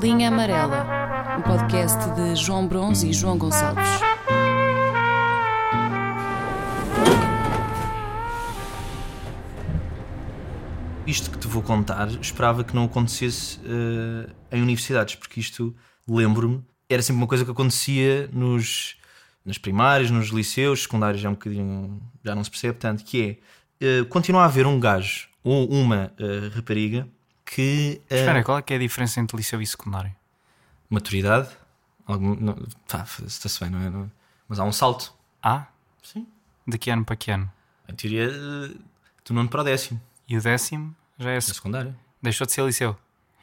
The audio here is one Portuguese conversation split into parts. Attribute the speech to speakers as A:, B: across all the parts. A: Linha Amarela, um podcast de João Bronze e João Gonçalves.
B: Isto que te vou contar, esperava que não acontecesse eh, em universidades, porque isto, lembro-me, era sempre uma coisa que acontecia nos, nas primárias, nos liceus, secundários já um bocadinho, já não se percebe tanto, que é, eh, continua a haver um gajo ou uma eh, rapariga que... eh,
C: Espera, qual é que é a diferença entre liceu e secundário?
B: maturidade, algum, não, pá, está-se bem, não é? Não- mas há um salto.
C: Ah,
B: Sim.
C: de que ano para que ano?
B: Em teoria, eh, do nono para o décimo,
C: E o décimo já é
B: na
C: sec-
B: secundária.
C: deixou de ser liceu.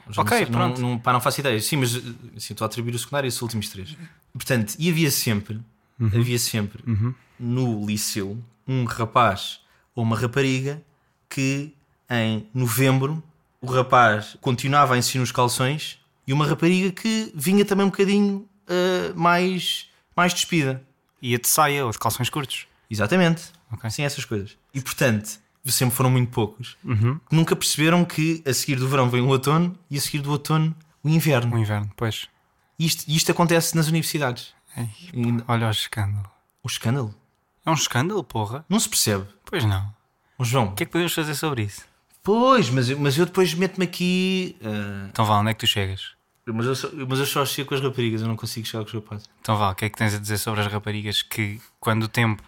B: Já
C: Ok,
B: não, sei-
C: pronto.
B: Não, não, pá, não faço ideia. Sim, mas eh, assim, estou a atribuir o secundário e esses últimos três. Portanto, e havia sempre,
C: Uhum.
B: havia sempre no liceu um rapaz ou uma rapariga que em novembro o rapaz continuava a ensinar os calções e uma rapariga que vinha também um bocadinho eh, mais, mais despida.
C: Ia de saia ou de calções curtos.
B: Exatamente.
C: Ok.
B: Sim, essas coisas. E portanto, sempre foram muito poucos.
C: Uhum.
B: que Nunca perceberam que a seguir do verão vem o outono e a seguir do outono o
C: No
B: inverno.
C: inverno, pois.
B: E isto, isto acontece nas universidades.
C: Ai,
B: E-
C: Olha o escândalo.
B: o escândalo.
C: É um escândalo, porra?
B: Não se percebe.
C: Pois não.
B: Ó João.
C: O que é que podemos fazer sobre isso?
B: Pois, mas eu, mas eu depois meto-me aqui. ah,
C: Então vá, onde é que tu chegas?
B: mas, eu só, mas eu só chego com as raparigas, eu não consigo chegar com os rapazes.
C: Então vá, o que é que tens a dizer sobre as raparigas que, quando o tempo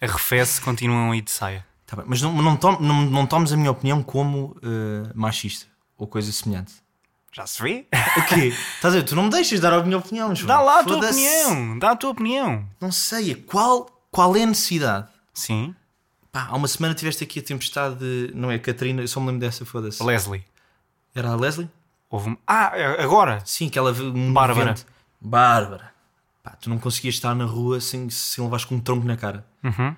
C: arrefece, continuam a ir de saia?
B: Tá bem, mas não, não, tom- não- não tomes a minha opinião como ah, machista ou coisa semelhante.
C: Já se vê?
B: O quê? Estás a ver? Tu não me deixas dar a minha opinião, João.
C: Dá lá a tua
B: Foda-se.
C: opinião! Dá a tua opinião!
B: Não sei, qual, qual é a necessidade?
C: Sim.
B: Pá, há uma semana tiveste aqui a tempestade, de- não é, Catarina, eu só me lembro dessa, foda-se.
C: Leslie.
B: Era a Leslie?
C: Houve um... Ah, agora!
B: Sim, que ela veio um
C: Bárbara.
B: vento. Bárbara. Pá, tu não conseguias estar na rua sem, sem levares com um tronco na cara.
C: Uhum.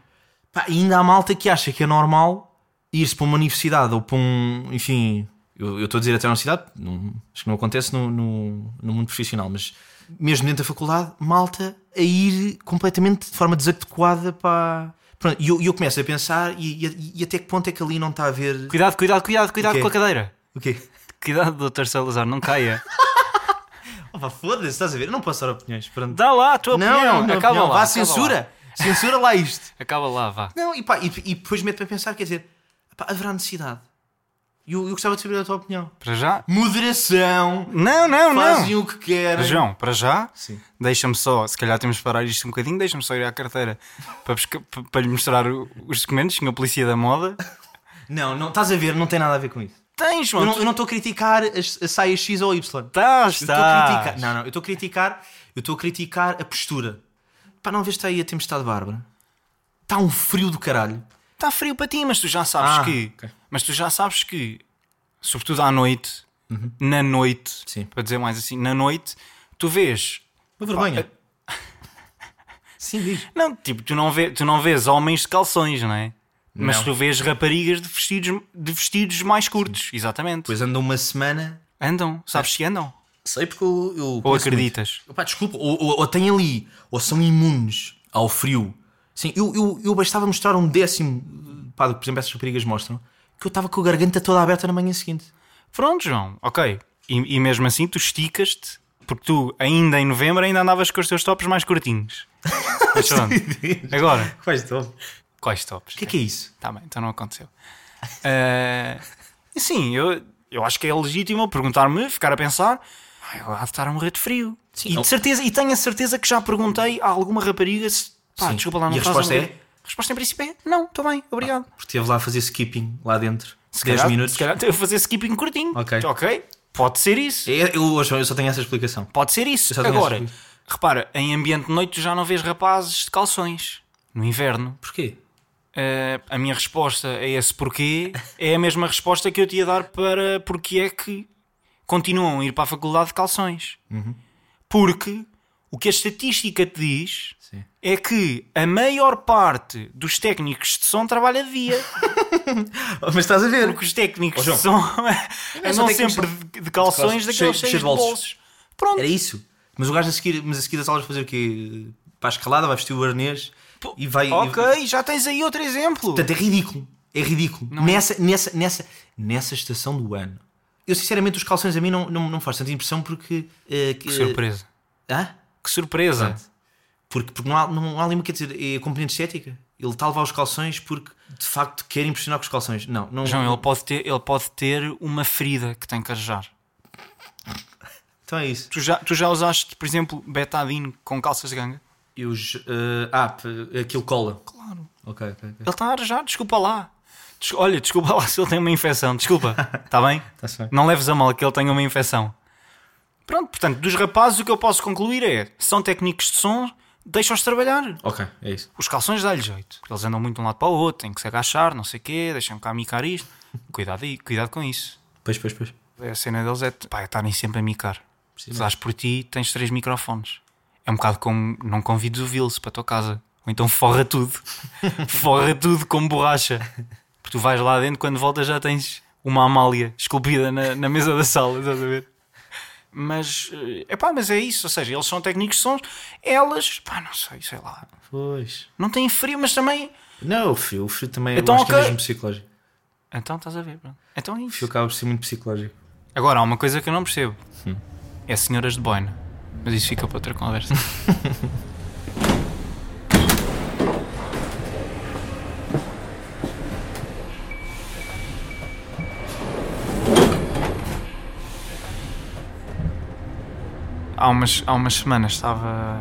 B: Pá, e ainda há malta que acha que é normal ir-se para uma universidade ou para um, enfim, eu eu estou a dizer até uma universidade, não- acho que não acontece no, no, no mundo profissional, mas mesmo dentro da faculdade, malta a ir completamente de forma desadequada para... Pronto, e eu, e eu começo a pensar e, e- e até que ponto é que ali não está a haver...
C: Cuidado, cuidado, cuidado,
B: O
C: cuidado
B: quê?
C: com a cadeira.
B: O quê?
C: Cuidado, doutor Salazar, não caia.
B: Oh, pá, Foda-se, estás a ver? Eu não posso dar opiniões. Pronto.
C: Dá lá a tua
B: Não,
C: opinião.
B: não, não,
C: acaba
B: não,
C: lá.
B: vá
C: acaba lá.
B: censura. Censura lá isto.
C: Acaba lá, vá.
B: Não, e pá, e, e depois meto-me a pensar, quer dizer, pá, haverá necessidade. E eu, eu gostava de saber a tua opinião.
C: Para já?
B: Moderação,
C: Não, não,
B: fazem
C: não.
B: o que querem.
C: João, para já?
B: Sim.
C: Deixa-me só, se calhar temos de parar isto um bocadinho, deixa-me só ir à carteira para, busca- pa- para lhe mostrar o- os documentos, tinha a polícia da moda.
B: Não, não, estás a ver, não tem nada a ver com isso.
C: Tens, João,
B: Eu não
C: tu tá,
B: eu não estou a criticar as, a saia X ou Y.
C: estás,
B: Eu estou a
C: estás.
B: criticar. Não, não, eu estou a criticar, eu estou a criticar a postura. Pá, não vês que está aí a tempestade bárbara? Está um frio do caralho.
C: Está Tá frio para ti, mas tu já sabes
B: Ah,
C: que.
B: ok.
C: Mas tu já sabes que, sobretudo à noite, na noite,
B: Sim.
C: para dizer mais assim, na noite, tu vês.
B: Uma vergonha. é- Sim, diz.
C: Não, tipo, tu não, vê, tu não vês homens de calções, não é? Mas
B: Não.
C: tu vês raparigas de vestidos, de vestidos mais curtos, exatamente.
B: Pois andam uma semana
C: Andam, sabes se andam?
B: Sei porque eu. eu
C: Ou
B: penso
C: acreditas?
B: muito. Pá, desculpa, ou, ou, ou têm ali, ou são imunes ao frio. Sim, eu, eu, eu bastava mostrar um décimo, pá, do que, por exemplo, essas raparigas mostram, que eu estava com a garganta toda aberta na manhã seguinte.
C: Pronto, João, ok. E, e mesmo assim, tu esticas-te, porque tu, ainda em novembro, ainda andavas com os teus tops mais curtinhos. Mas pronto. Agora,
B: Quais estão?
C: quais tops?
B: O que é que é isso?
C: Tá bem, então não aconteceu. Eh, e sim, eu, eu acho que é legítimo perguntar-me, ficar a pensar. Ai, eu há de estar a morrer de frio.
B: Sim,
C: e, de
B: não-
C: certeza, e tenho a certeza que já perguntei a alguma rapariga se. Pá,
B: Sim,
C: desculpa lá,
B: e
C: não
B: a
C: estás
B: resposta
C: a morrer. A resposta em princípio é: não, estou bem, obrigado.
B: Porque esteve lá a fazer skipping lá dentro, 10
C: calhar-
B: minutos.
C: Se calhar estou a fazer skipping curtinho. Então,
B: Ok.
C: Ok, pode ser isso.
B: É, eu, hoje eu só tenho essa explicação.
C: Pode ser isso.
B: Eu só tenho
C: Agora,
B: essa dúvida.
C: repara, em ambiente de noite tu já não vês rapazes de calções. No inverno.
B: Porquê?
C: Eh, a minha resposta a esse porquê é a mesma resposta que eu te ia dar para porque é que continuam a ir para a faculdade de calções.
B: Uhum.
C: Porque o que a estatística te diz
B: Sim.
C: é que a maior parte dos técnicos de som trabalha de dia.
B: Mas estás a ver?
C: Porque os técnicos
B: Ó, João. é
C: de som andam
B: técnicos
C: sempre de,
B: de
C: de calções
B: calço- cheio-
C: daqueles
B: cheio
C: cheios
B: de
C: de
B: bolsos.
C: bolsos. Pronto.
B: Era isso. Mas o gajo a seguir, mas a seguir das aulas fazer o quê? Para a escalada, vai vestir o arnês e vai. e-
C: Ok, já tens aí outro exemplo.
B: Portanto, é ridículo. É ridículo. Nessa, nessa, nessa, nessa estação do ano, Eu sinceramente, os calções a mim não, não, não me faz tanta impressão porque. eh, que- eh,
C: Que surpresa.
B: Hã?
C: Que surpresa.
B: Pronto. Porque, porque não, há, não há ali uma quer dizer, é componente estética. Ele está a levar os calções porque de facto quer impressionar com os calções. Não, não.
C: João, ele pode, ter, ele pode ter uma ferida que tem que arejar.
B: Então é isso.
C: Tu já, tu já usaste, por exemplo, betadine com calças de ganga?
B: E os. eh, ah, p- aquilo cola.
C: Claro.
B: Ok, ok, ok.
C: Ele está a arejar, desculpa lá. Des- Olha, desculpa lá se ele tem uma infecção, desculpa. Está bem?
B: Está-se bem.
C: Não leves a mal que ele tenha uma infecção. Pronto, portanto, dos rapazes o que eu posso concluir é: são técnicos de som, deixa-os trabalhar.
B: Ok, é isso.
C: Os calções dá-lhe jeito, porque eles andam muito de um lado para o outro, têm que se agachar, não sei o quê, deixam cá micar isto. Cuidado aí, cuidado com isso.
B: Pois, pois, pois.
C: A cena deles é pá, é estarem sempre a micar. Se
B: Sim.
C: dás por ti, tens três microfones. É um bocado como não convides o Vilse para a tua casa. Ou então forra tudo. forra tudo como borracha. Porque tu vais lá dentro, quando voltas já tens uma Amália esculpida na, na mesa da sala, estás a ver? Mas, é pá, mas é isso. Ou seja, eles são técnicos de sons. Elas, pá, não sei, sei lá.
B: Pois.
C: Não têm frio, mas também.
B: Não, o fio, o fio também
C: Então,
B: eu acho que é
C: ok.
B: mesmo psicológico.
C: Então estás a ver, pronto. Então é
B: O fio
C: isso.
B: acaba por ser muito psicológico.
C: Agora, há uma coisa que eu não percebo: é senhoras de boina. Mas isso fica para outra conversa. há umas, há umas semanas estava.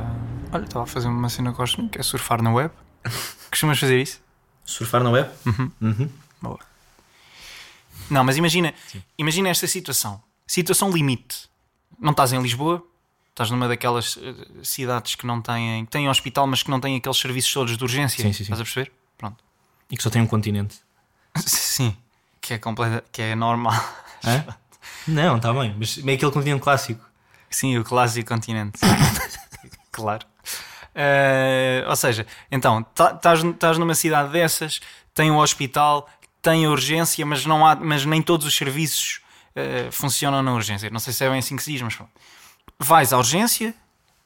C: Olha, estava a fazer uma cena que gosto muito, que é surfar na web. Costumas fazer isso?
B: Surfar é? na web?
C: Boa. Não, mas imagina, imagina esta situação. Situação limite. Não estás em Lisboa, estás numa daquelas eh, cidades que não têm, que têm hospital, mas que não têm aqueles serviços todos de urgência.
B: Sim, sim, sim.
C: Estás a perceber? Pronto.
B: E que só tem um continente.
C: Sim. Que é completa, que é normal.
B: Hã? Não,
C: tá
B: está bem, mas é aquele continente clássico.
C: Sim, o clássico continente. claro. Eh, ou seja, então, estás numa cidade dessas, tem um hospital, tem urgência, mas, não há, mas nem todos os serviços eh, funcionam na urgência. Não sei se é bem assim que se diz, mas pronto. Vais à urgência,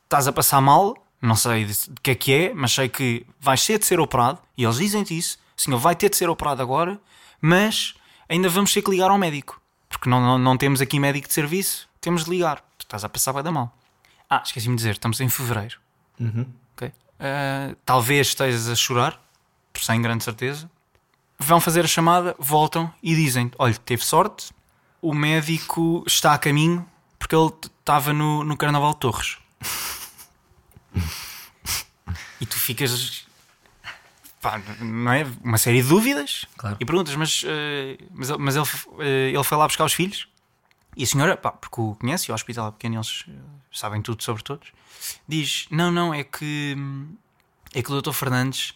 C: estás a passar mal, não sei de de que é que é, mas sei que vais ter de ser operado, e eles dizem-te isso, o senhor vai ter de ser operado agora, mas ainda vamos ter que ligar ao médico, porque não, não, não temos aqui médico de serviço, temos de ligar, tu estás a passar vai dar mal. Ah, esqueci-me de dizer, estamos em fevereiro. Ok? Ah, talvez estejas a chorar, sem grande certeza. Vão fazer a chamada, voltam e dizem: Olha, teve sorte, o médico está a caminho porque ele t- estava no, no Carnaval de Torres. e tu ficas. Pá, não é? Uma série de dúvidas
B: Claro.
C: e perguntas, mas, eh, mas, ele- mas ele, f- eh, ele foi lá buscar os filhos? E a senhora, pá, porque o conhece, o hospital é pequeno, eles eh, sabem tudo sobre todos, diz: Não, não, é que, hum, é que o Dr. Fernandes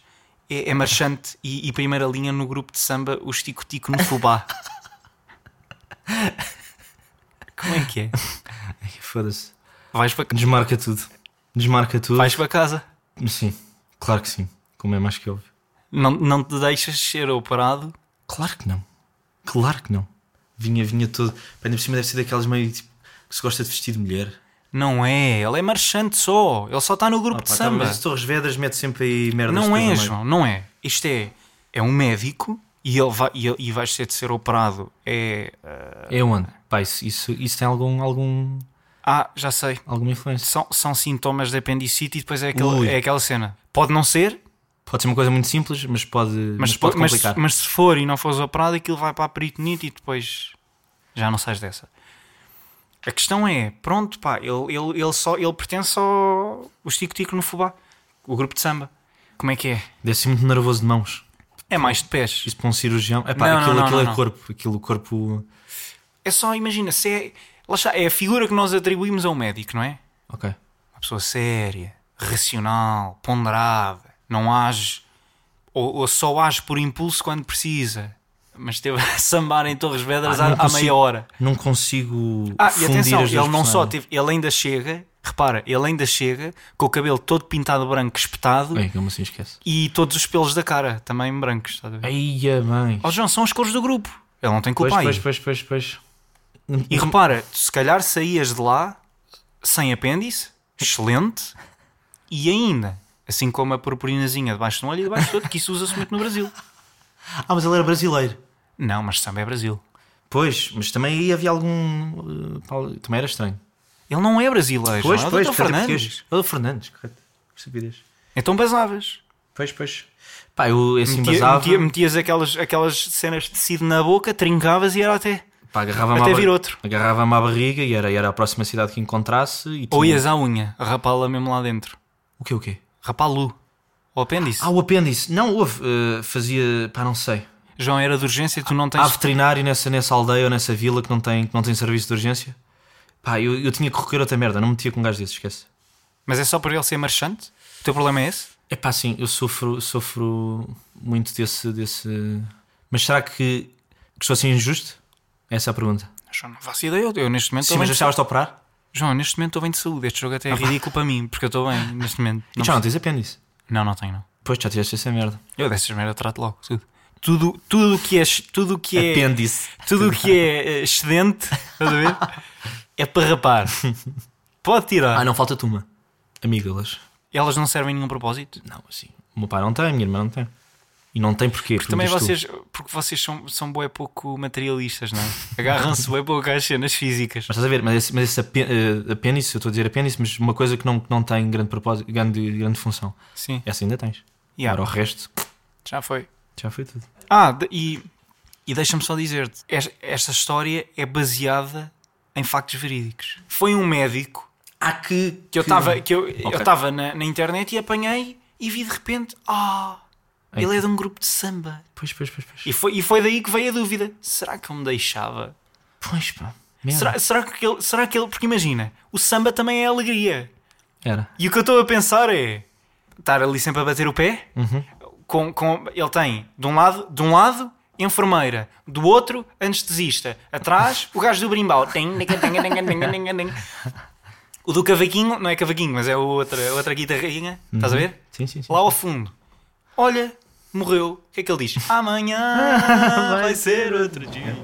C: é, é marchante e, e primeira linha no grupo de samba, o Tico Tico no Fubá. Como é que é?
B: Ai, Foda-se.
C: Vais para, ca-
B: Desmarca tudo. Desmarca tudo.
C: vais para casa,
B: Sim, claro que sim. Como é mais que óbvio.
C: não, não te deixas ser operado.
B: Claro que não. Claro que não. Vinha, vinha todo. Pá, Ainda por cima deve ser daquelas meio tipo, que se gosta de vestir de mulher.
C: Não é, ele é marchante só, ele só está no grupo
B: Ah,
C: de
B: pá, tá,
C: samba.
B: mas as Torres Vedras mete sempre aí merdas.
C: Não
B: tudo no
C: é,
B: meio.
C: João, não é. Isto é, é um médico e ele vai e, ele- e vais ter de ser operado. É. eh,
B: É onde? Pá, isso, isso, isso tem algum, algum,
C: ah, já sei.
B: alguma influência.
C: São, são sintomas de apendicite e depois é, aquele-
B: Ui.
C: é aquela cena. Pode não ser,
B: Pode ser uma coisa muito simples, mas pode, mas
C: mas,
B: pode
C: po- mas-
B: complicar.
C: mas se for e não fores operado, aquilo vai para a peritonite e depois já não sais dessa. A questão é, pronto, pá, ele, ele, ele, só, ele pertence ao os tico-tico no fubá, o grupo de samba. Como é que é?
B: Deve ser muito nervoso de mãos.
C: É mais de pés.
B: Isso para um cirurgião. É pá,
C: Não, não,
B: aquilo,
C: não,
B: aquilo
C: não,
B: é
C: não.
B: corpo. Aquilo corpo.
C: É só, imagina, se é, lá está, é a figura que nós atribuímos ao médico, não é?
B: Ok.
C: Uma pessoa séria, racional, ponderada, não age ou, ou só age por impulso quando precisa, mas esteve a sambar em Torres Vedras
B: Ah,
C: há,
B: não
C: há
B: consigo
C: meia hora.
B: Não consigo.
C: Ah, e
B: fundir
C: atenção,
B: as duas
C: ele não só
B: personagens.
C: teve, ele ainda chega, repara, ele ainda chega com o cabelo todo pintado branco, espetado
B: Bem, como assim esquece?
C: e todos os pelos da cara também brancos, estás a ver?
B: Aí, bem.
C: Ó João, são as cores do grupo, ele não tem
B: Pois,
C: culpa Oh, aí.
B: pois, pois, pois, pois.
C: E repara, tu se calhar saías de lá sem apêndice, excelente, e ainda, assim como a purpurinazinha debaixo de um olho e debaixo do outro, que isso usa-se muito no Brasil.
B: Ah, mas ele era brasileiro.
C: Não, mas samba é Brasil.
B: Pois, mas também aí havia algum. eh, tal- Também era estranho.
C: Ele não é brasileiro.
B: Pois,
C: não é o
B: pois,
C: Dr.
B: porque é
C: Fernandes.
B: português. É o Fernandes, correto. Por Estupidez.
C: Então basavas.
B: Pois, pois. Pá, eu assim
C: Metia-
B: basava.
C: metia- metias aquelas, aquelas cenas de tecido na boca, trincavas e era até.
B: Pá, agarrava-me
C: Até
B: à, barri-
C: vir outro.
B: agarrava-me à barriga e era, e era a próxima cidade que encontrasse. E
C: Ou
B: tinha-
C: ias à unha, rapá-la mesmo lá dentro.
B: O quê, o quê?
C: Rapá-lo. O apêndice.
B: Ah, o apêndice. Não, houve. eh, fazia. Pá, não sei.
C: João, era de urgência e tu não tens.
B: Há veterinário nessa, nessa aldeia ou nessa vila que não tem, que não tem serviço de urgência? Pá, eu, eu tinha que recorrer a outra merda. Não metia com um gajo desse, esquece.
C: Mas é só por ele ser marchante? O teu problema é esse?
B: É pá, sim, eu sofro, sofro muito desse, desse. Mas será que, que estou assim injusto? Essa é a pergunta.
C: João, não faço ideia. Eu, eu neste momento
B: Sim,
C: estou bem.
B: mas
C: de
B: deixavas-te operar?
C: sa- João, neste momento estou bem de saúde. Este jogo até é ridículo para mim, porque eu estou bem neste momento.
B: E
C: Não,
B: já não tens apêndice.
C: não, não tenho, não.
B: Pois, já tiveste essa merda.
C: Eu dessas merda trato logo tudo. Tudo tudo o que é. Tudo o que é.
B: Apêndice.
C: tudo o que é eh, excedente, estás a ver? É para rapar. Pode tirar.
B: Ah, não, falta-te uma. Amígdalas.
C: Elas não servem a nenhum propósito.
B: Não, assim. O meu pai não tem, a minha irmã não tem. E não tem porquê.
C: Porque também
B: perguntas tu.
C: vocês, porque vocês são, são bué pouco materialistas, não é? Agarram-se bué pouco às cenas físicas.
B: Mas estás a ver, mas esse, mas esse apê- eh, apêndice, eu estou a dizer apêndice, mas uma coisa que não, que não tem grande propósito, grande, grande função.
C: Sim,
B: Essa ainda tens.
C: Yeah.
B: Agora o resto,
C: já foi.
B: já foi tudo.
C: Ah, de- e, e deixa-me só dizer-te: es- esta história é baseada em factos verídicos. Foi um médico
B: Há que.
C: que eu estava que eu eu
B: Ok.
C: estava na, na internet e apanhei e vi de repente: ah, ele é de um grupo de samba.
B: Pois, pois, pois, pois.
C: E foi, e foi daí que veio a dúvida: será que eu me deixava?
B: Pois, pá. Merda.
C: Será, será, que ele, será que ele. Porque imagina, o samba também é alegria.
B: Era.
C: E o que eu estou a pensar é estar ali sempre a bater o pé. Com, com, ele tem de um lado, de um lado, enfermeira, do outro, anestesista, atrás, o gajo do brimbal. Tim, nica, tinga, tinga, tinga, tinga, tinga. O do cavaquinho, não é cavaquinho, mas é outra, outra guitarrinha, estás a ver?
B: Sim, sim, sim.
C: Lá ao fundo, olha, morreu. O que é que ele diz? Amanhã vai ser outro dia.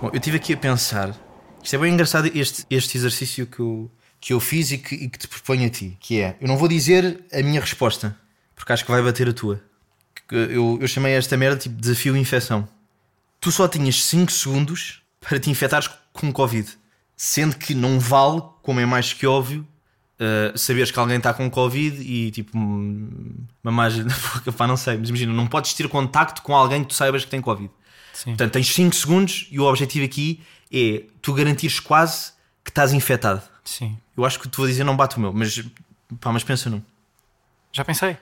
B: Bom, eu estive aqui a pensar. Isto é bem engraçado, este, este exercício que eu, que eu fiz e que, e que te proponho a ti. Que é: eu não vou dizer a minha resposta, porque acho que vai bater a tua. Que- Eu, eu chamei esta merda tipo desafio infecção. Tu só tinhas 5 segundos para te infectares com Covid. Sendo que não vale, como é mais que óbvio, uh, saberes que alguém está com Covid e tipo hum, mamagem na boca, pá, não sei. Mas imagina, não podes ter contacto com alguém que tu saibas que tem Covid.
C: Sim.
B: Portanto, tens 5 segundos e o objetivo aqui é tu garantires quase que estás infectado.
C: Sim.
B: Eu acho que o que te vou dizer não bate o meu, mas pá, mas pensa num.
C: Já pensei.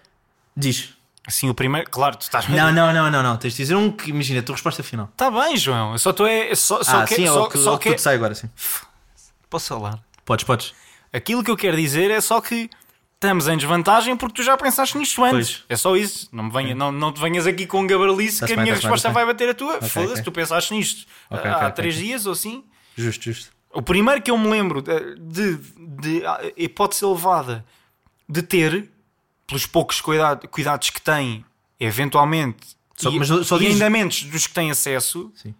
B: Diz.
C: Assim, o primeiro, claro, tu estás
B: Não, não, não, não, não. Tens de dizer um que imagina a tua resposta final.
C: Tá bem, João. Eu só estou é. eu Só, só
B: ah,
C: que,
B: sim, é
C: só,
B: o que,
C: só
B: é o que tu
C: que-
B: te sai agora, sim.
C: Posso falar?
B: Podes, podes.
C: Aquilo que eu quero dizer é só que estamos em desvantagem porque tu já pensaste nisto antes.
B: Pois.
C: É só isso. Não, me venha, não, não te venhas aqui com um gabaralice
B: Tá-se
C: que a
B: bem,
C: minha
B: tá-se bem,
C: resposta
B: tá-se
C: vai bater a tua. Foda-se,
B: ok.
C: tu pensaste nisto
B: Ok,
C: há
B: ok, ok,
C: três
B: ok.
C: dias ou assim.
B: Justo, justo.
C: O primeiro que eu me lembro de, de, de, ah, hipótese elevada de ter, pelos poucos cuidado- cuidados que tem, eventualmente,
B: Só-
C: e,
B: mas só
C: e
B: diz-
C: ainda menos dos que têm acesso,
B: Sim.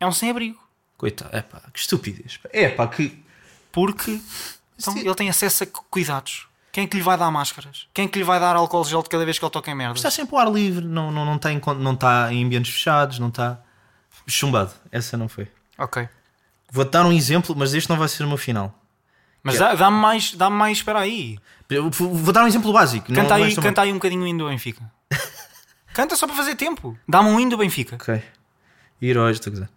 C: é um sem-abrigo.
B: Coitado, é pá, que estupidez. É pá, que.
C: Porque então,
B: Sim.
C: ele tem acesso a cu- cuidados. Quem é que lhe vai dar máscaras? Quem é que lhe vai dar álcool gel de cada vez que ele toca em merda?
B: Está sempre ao ar livre, não, não, não, está, em, con- não está em ambientes fechados, não está. Chumbado. Essa não foi.
C: Ok.
B: Vou-te dar um exemplo, mas este não vai ser o meu final.
C: Mas dá- dá-me mais, dá mais, espera aí.
B: Eu Vou vou dar um exemplo básico. não-
C: Canta,
B: não
C: aí,
B: esta-
C: canta aí um bocadinho o hino do Benfica. canta só para fazer tempo. Dá-me um hino do Benfica.
B: Ok. Heróis, estou a gozar.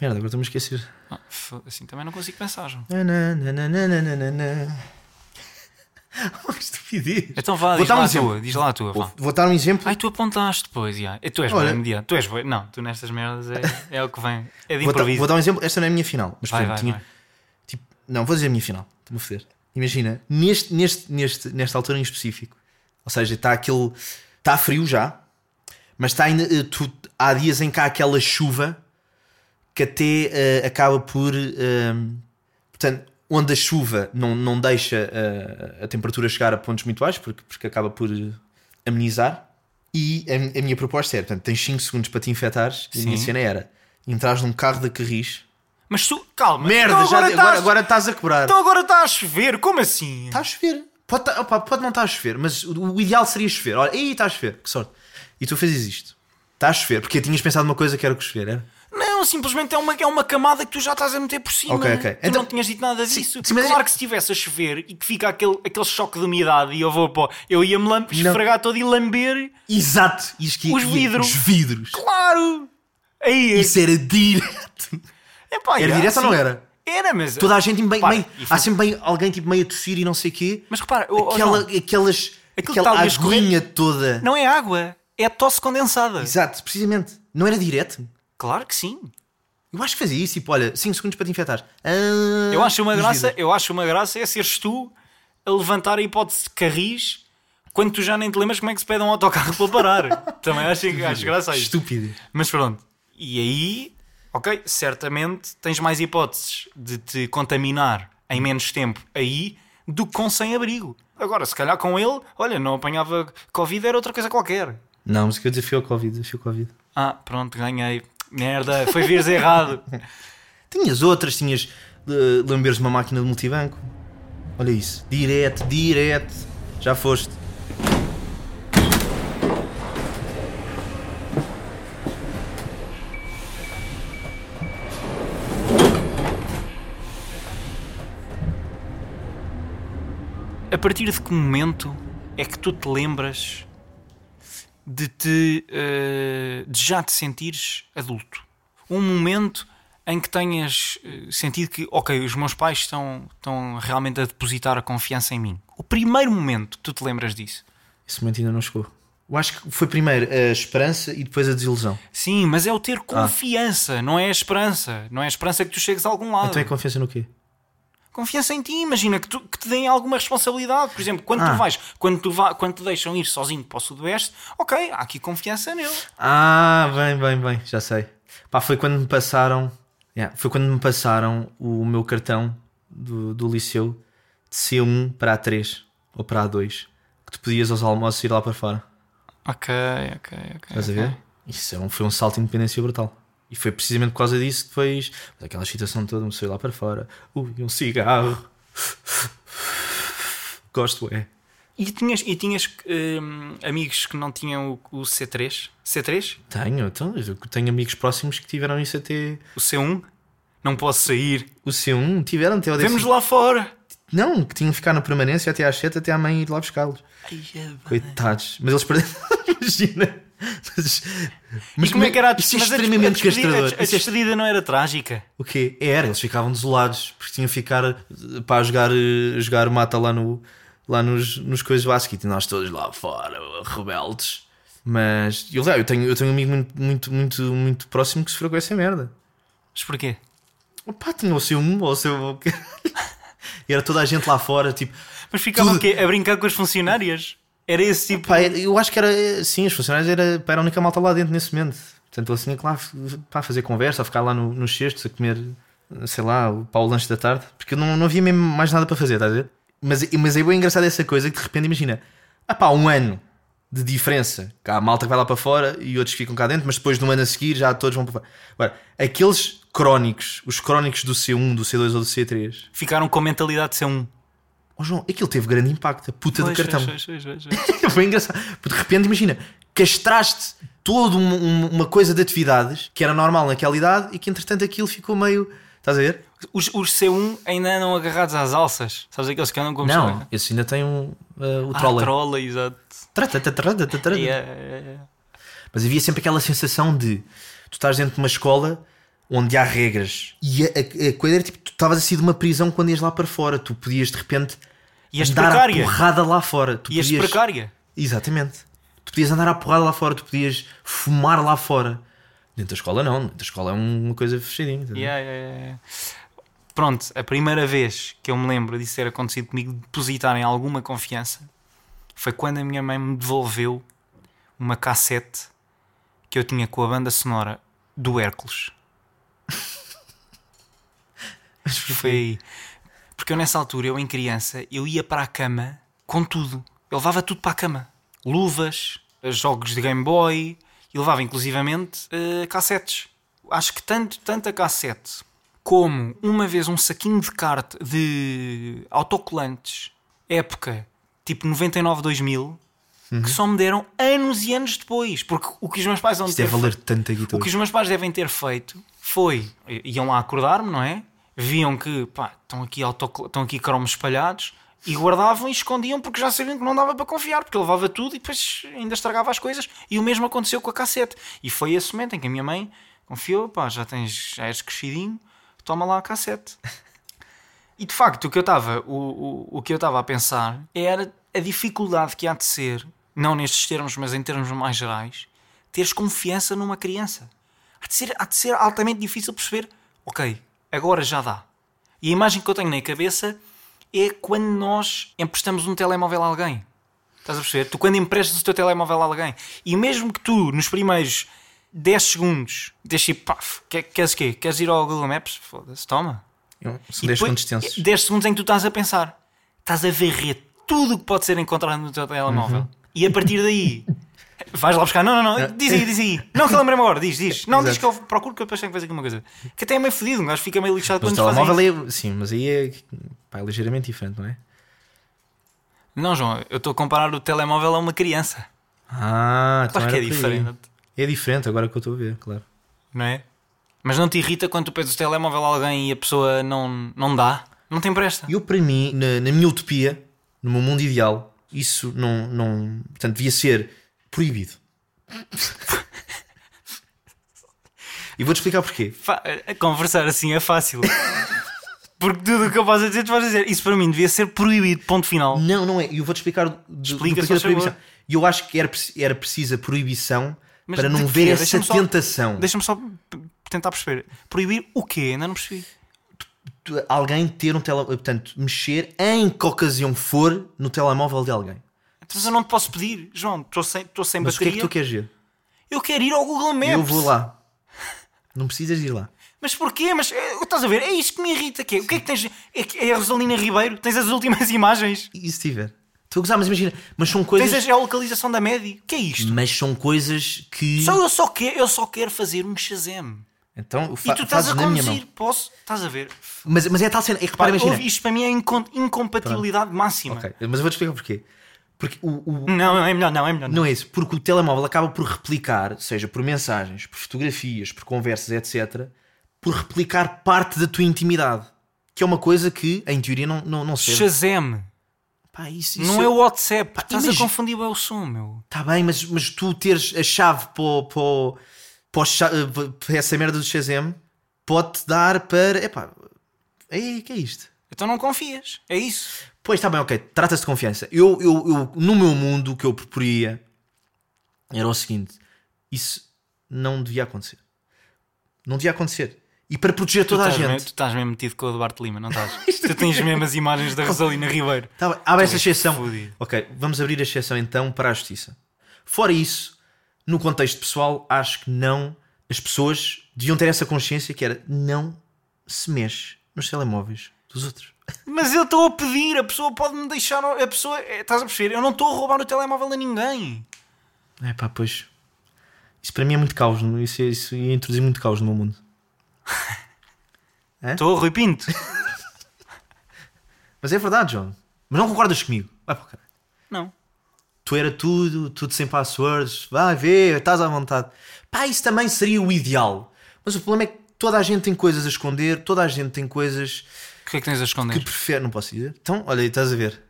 B: Merda, agora estou-me a esquecer.
C: Ah, f- Assim também não consigo pensar, João.
B: Nanananananana. Oh, que estupidez.
C: Então vá,
B: Vou
C: diz
B: dar um
C: lá, a
B: exemplo.
C: tua, diz lá a tua. vá.
B: Vou dar um exemplo.
C: Ai, tu apontaste, pois, já. Eh, Tu és
B: Olha.
C: bem imediato. Tu és bem. Não, tu nestas merdas é, é o que vem. É de
B: Vou dar,
C: improviso.
B: vou dar um exemplo. Esta não é a minha final. Mas, por
C: vai,
B: exemplo,
C: vai,
B: tinha-
C: vai.
B: tipo, não, vou dizer a minha final. Estou-me a foder. Imagina, neste, neste, neste, nesta altura em específico, ou seja, está aquele. Está frio já, mas está ainda. eh, tu- há dias em que há aquela chuva que até eh, acaba por. eh, portanto, onde a chuva não, não deixa eh, a temperatura chegar a pontos muito baixos, porque, porque acaba por eh, amenizar. E a, é, mi- a minha proposta era: portanto, tens 5 segundos para te infectares. E a minha
C: Sim.
B: cena era: entrares num carro de carris
C: Mas tu, calma,
B: Merda,
C: então
B: já,
C: agora,
B: agora,
C: estás,
B: agora estás a quebrar.
C: então agora está a chover, como assim?
B: Está a chover. Pode, tá- opa, pode não estar a chover, mas o, o ideal seria chover. Olha, aí está a chover, que sorte. E tu fazes isto. Está a chover, porque tinhas pensado uma coisa que era o que chover, era?
C: Não, simplesmente é uma, é uma camada que tu já estás a meter por cima.
B: Ok, ok.
C: Tu
B: Então-
C: não tinhas dito nada
B: Sim,
C: disso.
B: sim, mas- é-
C: Claro que se estivesse a chover e que fica aquele, aquele choque de umidade e eu vou pô, eu ia-me lam- esfregar todo e lamber.
D: Exato. Isto que-
C: Os
D: e-
C: vidros.
D: Os vidros.
C: Claro! Aí,
D: Isso era direto.
C: epá,
B: Era
C: já,
B: direto ou
C: sim.
B: não era?
C: Era, mas.
B: Toda a gente bem,
C: Repara,
B: meio-
C: e foi-
B: há sempre bem alguém tipo meio a tossir e não sei o quê.
C: Mas repara, o- o
B: Aquela,
C: João,
B: aquelas,
C: que
B: aquela
C: está ali a escorrer-
B: aguinha toda.
C: não é água, é tosse condensada.
B: Exato, precisamente. Não era direto.
C: Claro que sim.
B: Eu acho que fazia isso, tipo, olha, 5 segundos para te infectares. Ah,
C: Eu acho uma
B: nos
C: graça,
B: vidros.
C: eu acho uma graça é seres tu a levantar a hipótese de carris quando tu já nem te lembras como é que se pede um autocarro para parar. Também acho, acho graça a isto.
B: Estúpido.
C: Mas pronto. E aí, ok, certamente tens mais hipóteses de te contaminar em menos tempo aí do que com sem abrigo. Agora, se calhar com ele, olha, não apanhava Covid, era outra coisa qualquer.
B: Não, mas que eu desafio ao Covid, desafio ao Covid.
C: Ah, pronto, ganhei. Merda, foi vires errado.
B: Tinhas outras, tinhas eh, lamberes uma máquina de multibanco. Olha isso, direto, direto. Já foste.
C: A partir de que momento é que tu te lembras de te eh, de já te sentires adulto? Um momento em que tenhas eh, sentido que, ok, os meus pais estão, estão realmente a depositar a confiança em mim. O primeiro momento que tu te lembras disso.
B: Esse momento ainda não chegou. Eu acho que foi primeiro a esperança e depois a desilusão.
C: Sim, mas é o
B: Ah.
C: ter confiança, não é a esperança. Não é a esperança que tu chegues a algum lado.
B: Então é confiança no quê?
C: Confiança em ti, imagina que, tu- que te deem alguma responsabilidade. Por exemplo, quando
B: Ah.
C: tu vais, quando, tu va, quando te deixam ir sozinho para o Sudoeste, ok, há aqui confiança nele.
B: Ah, bem, bem, bem, já sei. Pá, foi quando me passaram. Yeah, foi quando me passaram o meu cartão do, do liceu de C1 para A3 ou para A2, que tu podias aos almoços ir lá para fora.
C: Ok, ok, ok.
B: Estás a
C: ok.
B: ver? Isso é um- foi um salto de independência brutal. E foi precisamente por causa disso que depois. mas Aquela excitação toda, me saiu lá para fora. Ui, um cigarro. Gosto, é.
C: E tinhas, e tinhas hum, amigos que não tinham o, o C3? C3?
B: Tenho, então, eu tenho amigos próximos que tiveram isso até.
C: O C1? Não posso sair.
B: O C1 tiveram até o
C: Vemos lá fora.
B: Não, que tinham que ficar na permanência até às 7 até a mãe ir lá buscá-los.
C: Ai, é-
B: Coitados. Mas eles perderam. Imagina. Mas,
C: e como é que era a
B: Isso é
C: despedida? Mas a
B: extremamente
C: despe- a despedida-
B: castrador.
C: A, a
B: Isso é-
C: despedida não era trágica.
B: O quê? Era, eles ficavam desolados porque tinham que ficar eh, para jogar, eh, jogar mata lá, no, lá nos, nos coisas basquete e nós todos lá fora, rebeldes. Mas eu, eu, tenho, eu tenho um amigo muito, muito, muito, muito próximo que sofreu com essa merda.
C: Mas porquê?
B: Opa, tinha o seu um, ou o seu. Era toda a gente lá fora, tipo,
C: Mas ficavam
B: Tudo. é-
C: o quê? A brincar com as funcionárias? Era esse tipo.
B: Pá, eu acho que era sim, os funcionários era, pá, era a única malta lá dentro nesse momento. Portanto, eles tinham que lá pá, fazer conversa, a ficar lá no, nos cestos, a comer, sei lá, o- pá, o lanche da tarde, porque não, não havia mesmo mais nada para fazer, estás a ver? Mas, mas é bem engraçado essa coisa que de repente imagina, ah pá, um ano de diferença, cá a malta que vai lá para fora e outros ficam cá dentro, mas depois de um ano a seguir já todos vão para fora. Agora, aqueles crónicos, os crónicos do C1, do C2 ou do C3,
C: Ficaram com a mentalidade de C1.
B: oh João, aquilo teve grande impacto, a puta do
C: Pois,
B: cartão.
C: pois, pois, pois, pois.
B: Então Foi engraçado. Porque de repente, imagina, castraste toda uma, uma- uma coisa de atividades que era normal naquela idade e que entretanto aquilo ficou meio. Estás a ver?
C: Os, os C1 ainda andam agarrados às alças. Sabes aqueles que andam com
B: Não, esse ainda tem um, uh, o
C: Ah,
B: troller.
C: trola, exato.
B: Tra- tra- tra- tra- tra- tra-
C: É, é, é.
B: Mas havia sempre aquela sensação de tu estás dentro de uma escola onde há regras e a, a- a coisa era tipo, tu estavas assim de uma prisão quando ias lá para fora, tu podias de repente
C: E as
B: dar
C: precária.
B: a porrada lá fora. Tu
C: E as
B: podias-
C: precária.
B: Exatamente. Tu podias andar à porrada lá fora, tu podias fumar lá fora. Dentro da escola não, dentro da escola é uma coisa fechadinha. entendeu?
C: Yeah, yeah, yeah. Pronto, a primeira vez que eu me lembro disso ter acontecido comigo, de depositarem alguma confiança, foi quando a minha mãe me devolveu uma cassete que eu tinha com a banda sonora do Hércules. E foi aí. Porque eu nessa altura, eu em criança, eu ia para a cama com tudo. Eu levava tudo para a cama. Luvas, jogos de Game Boy, e levava inclusivamente eh, cassetes. Acho que tanto, tanto a cassete como uma vez um saquinho de carte de autocolantes, época tipo 99-2000,
B: Uhum.
C: que só me deram anos e anos depois. Porque o que os meus pais vão
B: Isto é
C: dizer
B: valer tanta
C: o que
B: guitarra.
C: os meus pais devem ter feito foi. i- iam lá acordar-me, não é? Viam que, pá, estão aqui, autocl- estão aqui cromos espalhados e guardavam e escondiam porque já sabiam que não dava para confiar, porque eu levava tudo e depois ainda estragava as coisas. E o mesmo aconteceu com a cassete. E foi esse momento em que a minha mãe confiou, pá, já tens, já és crescidinho, toma lá a cassete. E de facto, o que eu estava o, o, o que eu estava a pensar era a dificuldade que há de ser, não nestes termos, mas em termos mais gerais, teres confiança numa criança. Há de ser, há de ser altamente difícil perceber, ok, agora já dá. E a imagem que eu tenho na cabeça é quando nós emprestamos um telemóvel a alguém. Estás a perceber? Tu quando emprestas o teu telemóvel a alguém e mesmo que tu nos primeiros 10 segundos deixes tipo, pá, que- queres o quê? Queres ir ao Google Maps? Foda-se, toma.
B: São 10
C: Depois-
B: segundos tensos.
C: 10 segundos em que tu estás a pensar. Estás a varrer tudo o que pode ser encontrado no teu telemóvel.
B: Uhum.
C: E a partir daí. Vais lá buscar, não, não,
B: É.
C: não, diz aí, diz aí. Não que lembrei-me agora, diz, diz. Não, diz que eu procuro que eu depois tenho que fazer aqui uma coisa. Que até é meio fodido, um gajo fica meio lixado
B: Mas o
C: quando fazem isso.
B: telemóvel é. Sim, mas aí é, pá, é ligeiramente diferente, não é?
C: Não, João, eu estou a comparar o telemóvel a uma criança.
B: Ah, então
C: Claro que é
B: era por aí.
C: diferente,
B: É diferente agora que eu estou a ver, claro.
C: não é? Mas não te irrita quando tu pedes o telemóvel a alguém e a pessoa não, não dá? Não tem presta.
B: Eu, para mim, na, na minha utopia, no meu mundo ideal, isso não, não. Portanto, devia ser proibido. e vou-te explicar porquê.
C: Fa- a Conversar assim é fácil. Porque tudo o que eu posso dizer, tu vais dizer. Isso para mim devia ser proibido, ponto final.
B: Não, não é. E eu vou-te explicar do,
C: Explica,
B: do porquê da
C: se faz favor.
B: proibição. E eu acho que era, preci- era precisa proibição
C: Mas
B: para não
C: de
B: ver
C: quê?
B: essa
C: Deixa-me só-
B: tentação.
C: Deixa-me só p- tentar perceber. Proibir o quê? Ainda não percebi.
B: Tu- Alguém ter um telemóvel. Portanto, mexer em que ocasião for no telemóvel de alguém.
C: Então, Mas eu não te posso pedir, João. Estou sem, estou sem
B: Mas o que é
C: bateria.
B: que tu queres ver?
C: Eu quero ir ao Google Maps.
B: Eu vou lá. Não precisas ir lá.
C: Mas porquê? Mas é, estás a ver? É isto que me irrita. Que é? O que é que tens? É, que- é a Rosalina Ribeiro? Tens as últimas imagens?
B: E se tiver? Estou a gozar, mas imagina. Mas são coisas.
C: Tens a geolocalização da Medi? O que é isto?
B: Mas são coisas que.
C: Só eu, só quero, eu só quero fazer um Shazam.
B: Então,
C: E
B: fa-
C: tu estás
B: fazes
C: a
B: na minha
C: conduzir.
B: mão.
C: Posso? Estás a ver?
B: Mas, mas é tal cena. É, que,
C: Pá,
B: repara, imagina.
C: ouve, isto para mim é incom- incompatibilidade máxima.
B: Ok, mas eu vou-te explicar porquê. Porque o, o-
C: Não, não, é melhor não, é melhor não.
B: Não é isso. Porque o telemóvel acaba por replicar, seja por mensagens, por fotografias, por conversas, etc., por replicar parte da tua intimidade. Que é uma coisa que, em teoria, não, não, não serve.
C: Shazam.
B: Pá, isso,
C: não é o WhatsApp. Estás
B: estás
C: a
B: a
C: confundir bem o som, meu.
B: Está bem, mas, mas tu teres a chave para, o- para, o- para, o cha- eh, para essa merda do Shazam pode-te dar para. Epá, ei, que é isto?
C: Então não confias. É isso.
B: Pois está bem, ok. Trata-se de confiança. Eu, eu, eu, no meu mundo, o que eu proporia era o seguinte: isso não devia acontecer. Não devia acontecer. E para proteger toda a
C: estás mesmo-
B: gente.
C: tu estás mesmo metido com o Duarte Lima, não estás? tu tens mesmo as imagens da Rosalina Ribeiro.
B: Tá bem, abre essa exceção.
C: fudido.
B: Ok, vamos abrir a exceção então para a justiça. Fora isso, no contexto pessoal, acho que não. As pessoas deviam ter essa consciência que era não se mexe nos telemóveis dos outros.
C: Mas eu estou a pedir, a pessoa pode-me deixar. A pessoa. é, Estás a perceber? Eu não estou a roubar o telemóvel a ninguém.
B: É pá, pois. Isso para mim é muito caos. não? Isso, isso ia introduzir muito caos no meu mundo. É?
C: Estou, Rui Pinto.
B: Mas é verdade, João. Mas não concordas comigo. Vai para o caralho.
C: não.
B: Tu era tudo, tudo sem passwords. Vai ver, estás à vontade. Pá, isso também seria o ideal. Mas o problema é que toda a gente tem coisas a esconder, toda a gente tem coisas
C: O que é que tens a
B: que
C: esconder?
B: prefere. Não posso dizer. Então, olha aí, estás a ver.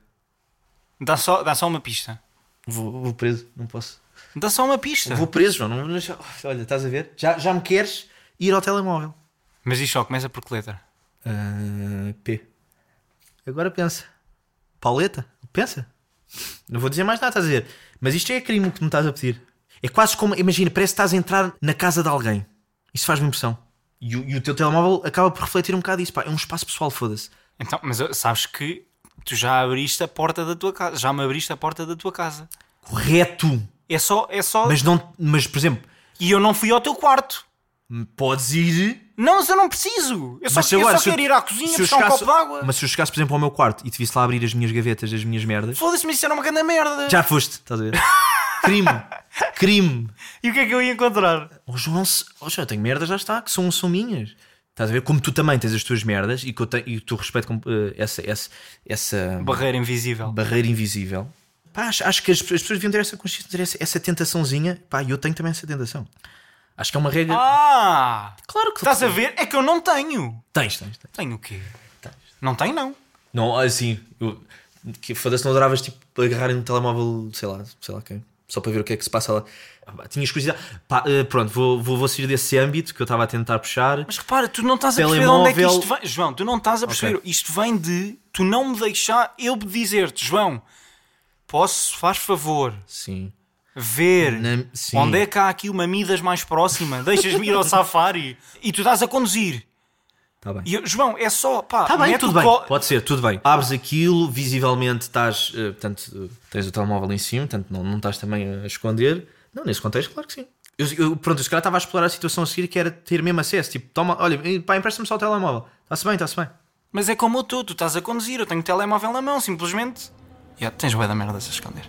C: Dá, só, dá só uma pista.
B: Vou, vou preso, não posso.
C: Dá só uma pista.
B: Vou preso, João. Não, não- olha, estás a ver. Já, já me queres ir ao telemóvel.
C: Mas diz só, começa por que letra?
B: Ah, P. Agora pensa. Pauleta? Pensa. Não vou dizer mais nada, estás a dizer. Mas isto é crime o que me estás a pedir. É quase como, imagina, parece que estás a entrar na casa de alguém. Isso faz-me impressão. E, o- e o teu telemóvel acaba por refletir um bocado isso. Pá, é um espaço pessoal, foda-se.
C: Então, mas eu- sabes que tu já abriste a porta da tua casa. Já me abriste a porta da tua casa.
B: Correto.
C: É só. É só...
B: Mas não, mas por exemplo,
C: E eu não fui ao teu quarto.
B: podes ir.
C: Não, mas eu não preciso. Eu só,
B: mas
C: eu
B: agora,
C: só
B: se eu-
C: quero ir à cozinha
B: se eu
C: buscar um
B: chegasse-
C: copo d'água.
B: Mas se eu chegasse, por exemplo, ao meu quarto e te visse lá abrir as minhas gavetas, as minhas merdas,
C: Foda-se, mas isso era uma grande merda.
B: já foste, estás a ver? crime. Crime.
C: E o que é que eu ia encontrar?
B: Oh, João, não se... oh, João, eu tenho merdas, já está, que são, são minhas. Estás a ver? Como tu também tens as tuas merdas e que eu, te, e tu respeito com, eh, essa, essa, essa
C: Barreira invisível.
B: barreira invisível. Pá, acho, acho que as, pessoas- as pessoas deviam ter essa consciência, ter essa, essa tentaçãozinha. Pá, e eu tenho também essa tentação. Acho que é uma regra.
C: Ah!
B: claro que
C: Estás a ver? É que eu não tenho.
B: Tens, tens, tens.
C: Tenho o quê? Não tenho, não.
B: Não, assim, eu, que foda-se, não adoravas tipo agarrarem um telemóvel, sei lá, sei lá quem, só para ver o que é que se passa lá. Ah, pá, Tinhas curiosidade. Pá, eh, pronto, vou, vou, vou sair desse âmbito que eu estava a tentar puxar.
C: Mas repara, tu não estás a perceber de onde é que
B: Telemóvel.
C: isto vem. João, tu não estás a perceber. Isto vem de tu não me deixar eu dizer-te, João, posso, faz favor,
B: Sim.
C: ver
B: Na- sim.
C: onde é que há aqui uma Midas mais próxima, deixas-me ir ao safari e tu estás a conduzir.
B: Está tá bem.
C: E eu, João, é só, pá,
B: Está Tá bem,
C: mete
B: tudo
C: o
B: bem.
C: co-
B: Pode ser, tudo bem. Abres aquilo, visivelmente estás. eh, Portanto, eh, tens o telemóvel em cima, portanto, não, não estás também a esconder. Não, nesse contexto, claro que sim. Eu, eu, pronto, eu se calhar estava a explorar a situação a seguir que era ter mesmo acesso. Tipo, toma, olha, eh, pá, empresta-me só o telemóvel. Está-se bem, está-se bem.
C: Mas é como eu estou, tu estás a conduzir, eu tenho o telemóvel na mão, simplesmente. Yeah, tens bué da merda a esconder.